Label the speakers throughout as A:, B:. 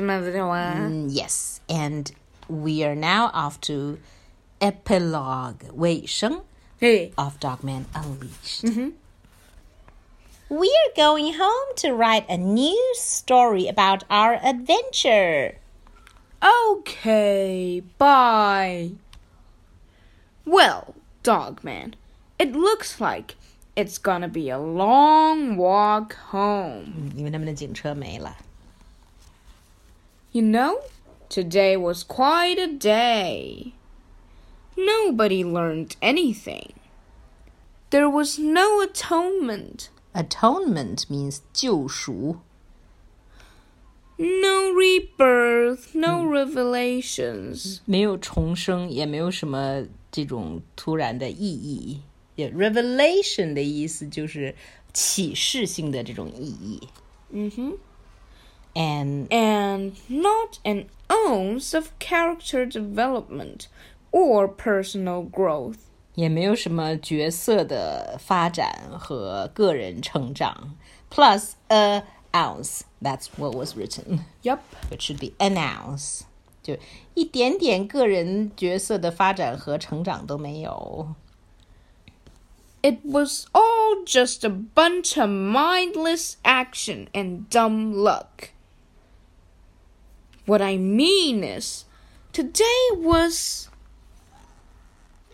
A: Mm,
B: yes, and we are now off to epilogue 尾声
A: Hey.
B: of Dogman Unleashed. We are going home to write a new story about our adventure.
A: Okay, bye. Well, Dogman, it looks like it's gonna be a long walk home.
B: Mm, 你们那边的警车没了。
A: You know, today was quite a day. Nobody learned anything. There was no atonement,
B: Atonement means 救赎。
A: no rebirth, no revelations.
B: 没有重生，也没有什么这种突然的意义。也 revelation 的意思就是启示性的这种意义。嗯哼。And
A: and not an ounce of character development or personal growth.
B: 也没有什么角色的发展和个人成长。Plus a ounce, that's what was written.
A: Yup.
B: It should be an ounce，就一点点个人角色的发展和成长都没有。
A: It was all just a bunch of mindless action and dumb luck. What I mean is, today was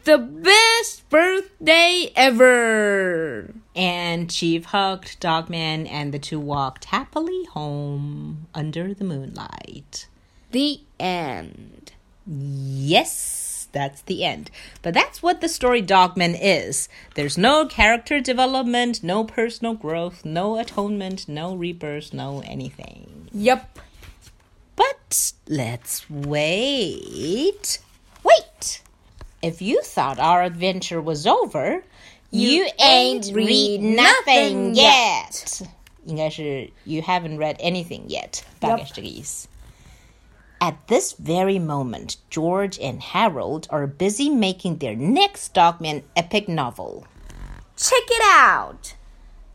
A: the best birthday ever.
B: And Chief hugged Dogman, and the two walked happily home under the moonlight.
A: The end.
B: Yes, that's the end. But that's what the story Dogman is. There's no character development, no personal growth, no atonement, no rebirth, no anything.
A: Yup.
B: But let's wait. Wait! If you thought our adventure was over, you, ain't
A: ain't
B: read
A: read
B: nothing
A: nothing
B: yet. 应该是 you haven't read anything yet. 大概是这个意思。At this very moment, George and Harold are busy making their next Dogman epic novel.
A: Check it out.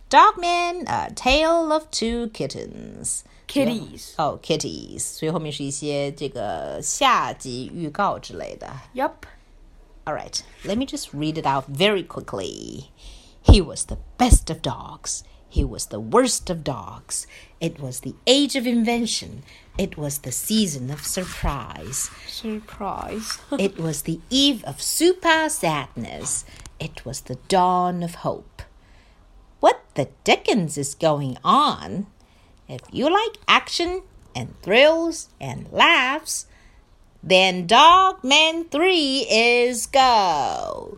B: Dogman, A Tale of Two Kittens.
A: Kitties.
B: 哦、k i t t i e s 所以后面是一些这个下集预告之类的。
A: Yup.
B: All right, let me just read it out very quickly. He was the best of dogs. He was the worst of dogs. It was the age of invention. It was the season of surprise.
A: Surprise.
B: It was the eve of super sadness. It was the dawn of hope. What the dickens is going on? If you like action and thrills and laughs, then Dogman 3 is go.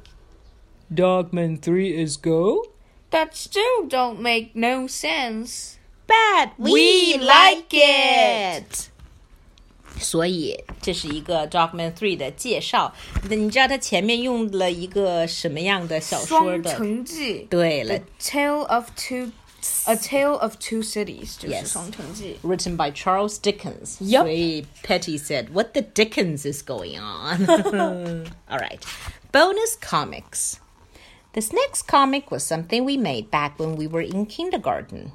B: Dogman 3 is go?
A: That still don't make no sense.
B: But we,
A: We
B: like
A: like
B: it. 所以这是一个 Dogman Three 的介绍。那你知道它前面用了一个什么样的小说的？
A: 双城记。
B: 对了
A: The Tale of Two A Tale of Two Cities
B: Yes.
A: 就是双城记。
B: ，written by Charles Dickens。
A: Yup.
B: 所以 Petty said, "What the Dickens is going on?" All right. Bonus comics. This next comic was something we made back when we were in kindergarten.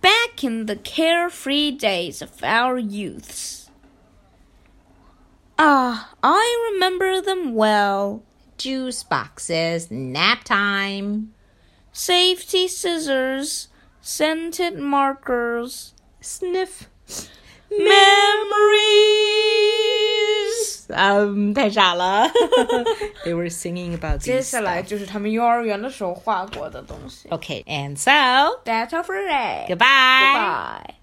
A: Back in the carefree days of our youths. Ah, I remember them well.
B: Juice boxes, nap time.
A: Safety scissors, scented markers,
B: Sniff.
A: memories.
B: 嗯，Um, 太傻了。They were singing about these.
A: 接下来就是他们幼儿园的时候画过的东西。
B: Okay, and so
A: That's all for today.
B: goodbye.
A: Goodbye.